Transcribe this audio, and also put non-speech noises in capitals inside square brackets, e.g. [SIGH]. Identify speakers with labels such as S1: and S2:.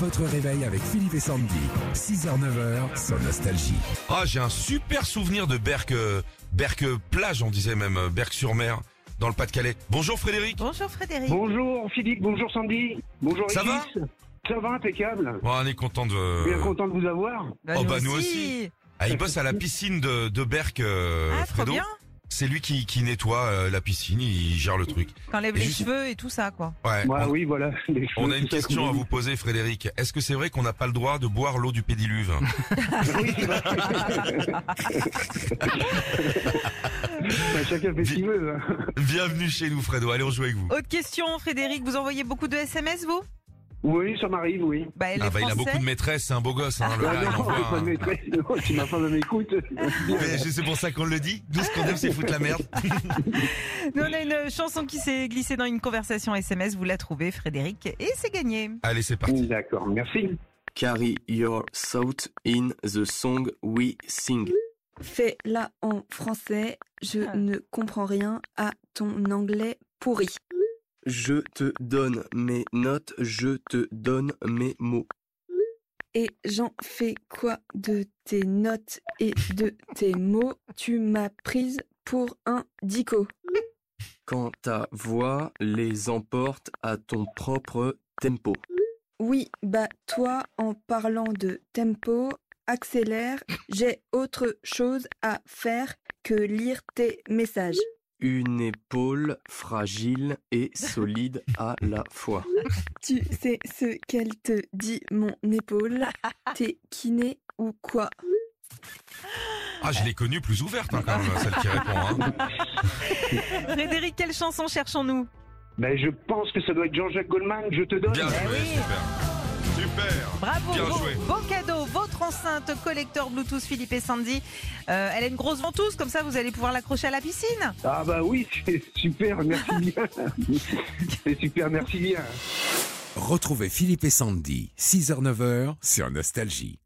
S1: Votre réveil avec Philippe et Sandy. 6h-9h, sans nostalgie.
S2: Ah, j'ai un super souvenir de Berck, euh, Berck plage, on disait même, euh, Berck-sur-Mer, dans le Pas-de-Calais. Bonjour Frédéric.
S3: Bonjour Frédéric.
S4: Bonjour Philippe, bonjour Sandy, bonjour
S2: Ça
S4: Élise. Ça va impeccable.
S2: Bon, on est content de.
S4: Bien content de vous avoir.
S2: Oh, bah, nous Ah, il bosse à la piscine de, de Berck, euh,
S3: Ah, trop
S2: Fredo.
S3: bien.
S2: C'est lui qui, qui nettoie euh, la piscine, il gère le truc.
S3: T'enlèves
S2: Et
S3: les
S2: juste-
S3: cheveux et tout ça, quoi.
S2: Ouais.
S4: Ouais,
S2: on,
S4: Bah oui, voilà. [LAUGHS] les cheveux,
S2: on a une
S4: tout ça,
S2: question
S4: comme
S2: à vous poser, Frédéric. Est-ce que c'est vrai qu'on n'a pas le droit de boire l'eau du pédiluve
S4: dit. Oui, c'est vrai. Bah, Chacun fait ce qu'il veut. hein.
S2: Bienvenue chez nous, Fredo. Allez, on joue avec vous.
S3: Autre question, Frédéric. Vous envoyez beaucoup de SMS, vous
S4: Oui, ça m'arrive, oui.
S3: Bah, les
S2: Ah, bah, il a
S3: Français.
S2: beaucoup de maîtresses, c'est un beau gosse. Hein, le
S4: Ah
S2: gars, il
S4: non,
S2: envoie
S4: j'ai pas de
S2: un-
S4: maîtresse,
S2: bah.
S4: non, [LAUGHS] si ma femme
S2: [LAUGHS]
S4: m'écoute.
S2: Mais c'est pour ça qu'on le dit. Nous, ce qu'on aime, c'est foutre la merde.
S3: Nous, on a une chanson qui s'est glissée dans une conversation SMS. Vous la trouvez, Frédéric. Et c'est gagné.
S2: Allez, c'est parti.
S4: D'accord, merci.
S5: Carry your thought in the song we sing.
S6: Fais-la en français, je
S3: Ah.
S6: ne comprends rien à ton anglais pourri.
S5: Je te donne mes notes, je te donne mes mots.
S6: Et j'en fais quoi de tes notes et de tes mots Tu m'as prise pour un dico.
S5: Quand ta voix les emporte à ton propre tempo.
S6: Oui, bah toi, en parlant de tempo, accélère, j'ai autre chose à faire que lire tes messages.
S5: Une épaule fragile et solide à la fois.
S6: Tu sais ce qu'elle te dit, mon épaule T'es kiné ou quoi
S2: Ah, je l'ai connue plus ouverte, hein, quand même, celle qui répond. Hein.
S3: Frédéric, quelle chanson cherchons-nous
S4: Ben, je pense que ça doit être Jean-Jacques Goldman, je te donne.
S2: Bien joué,
S3: oui.
S2: super. Super.
S3: Bravo,
S2: Bien
S3: beau,
S2: joué.
S3: beau cadeau, votre enceinte collecteur Bluetooth Philippe et Sandy. Euh, elle a une grosse ventouse, comme ça vous allez pouvoir l'accrocher à la piscine.
S4: Ah bah oui, [LAUGHS] c'est super, merci bien. [LAUGHS] C'est super, merci bien.
S1: Retrouvez Philippe et Sandy. 6h-9h, sur Nostalgie.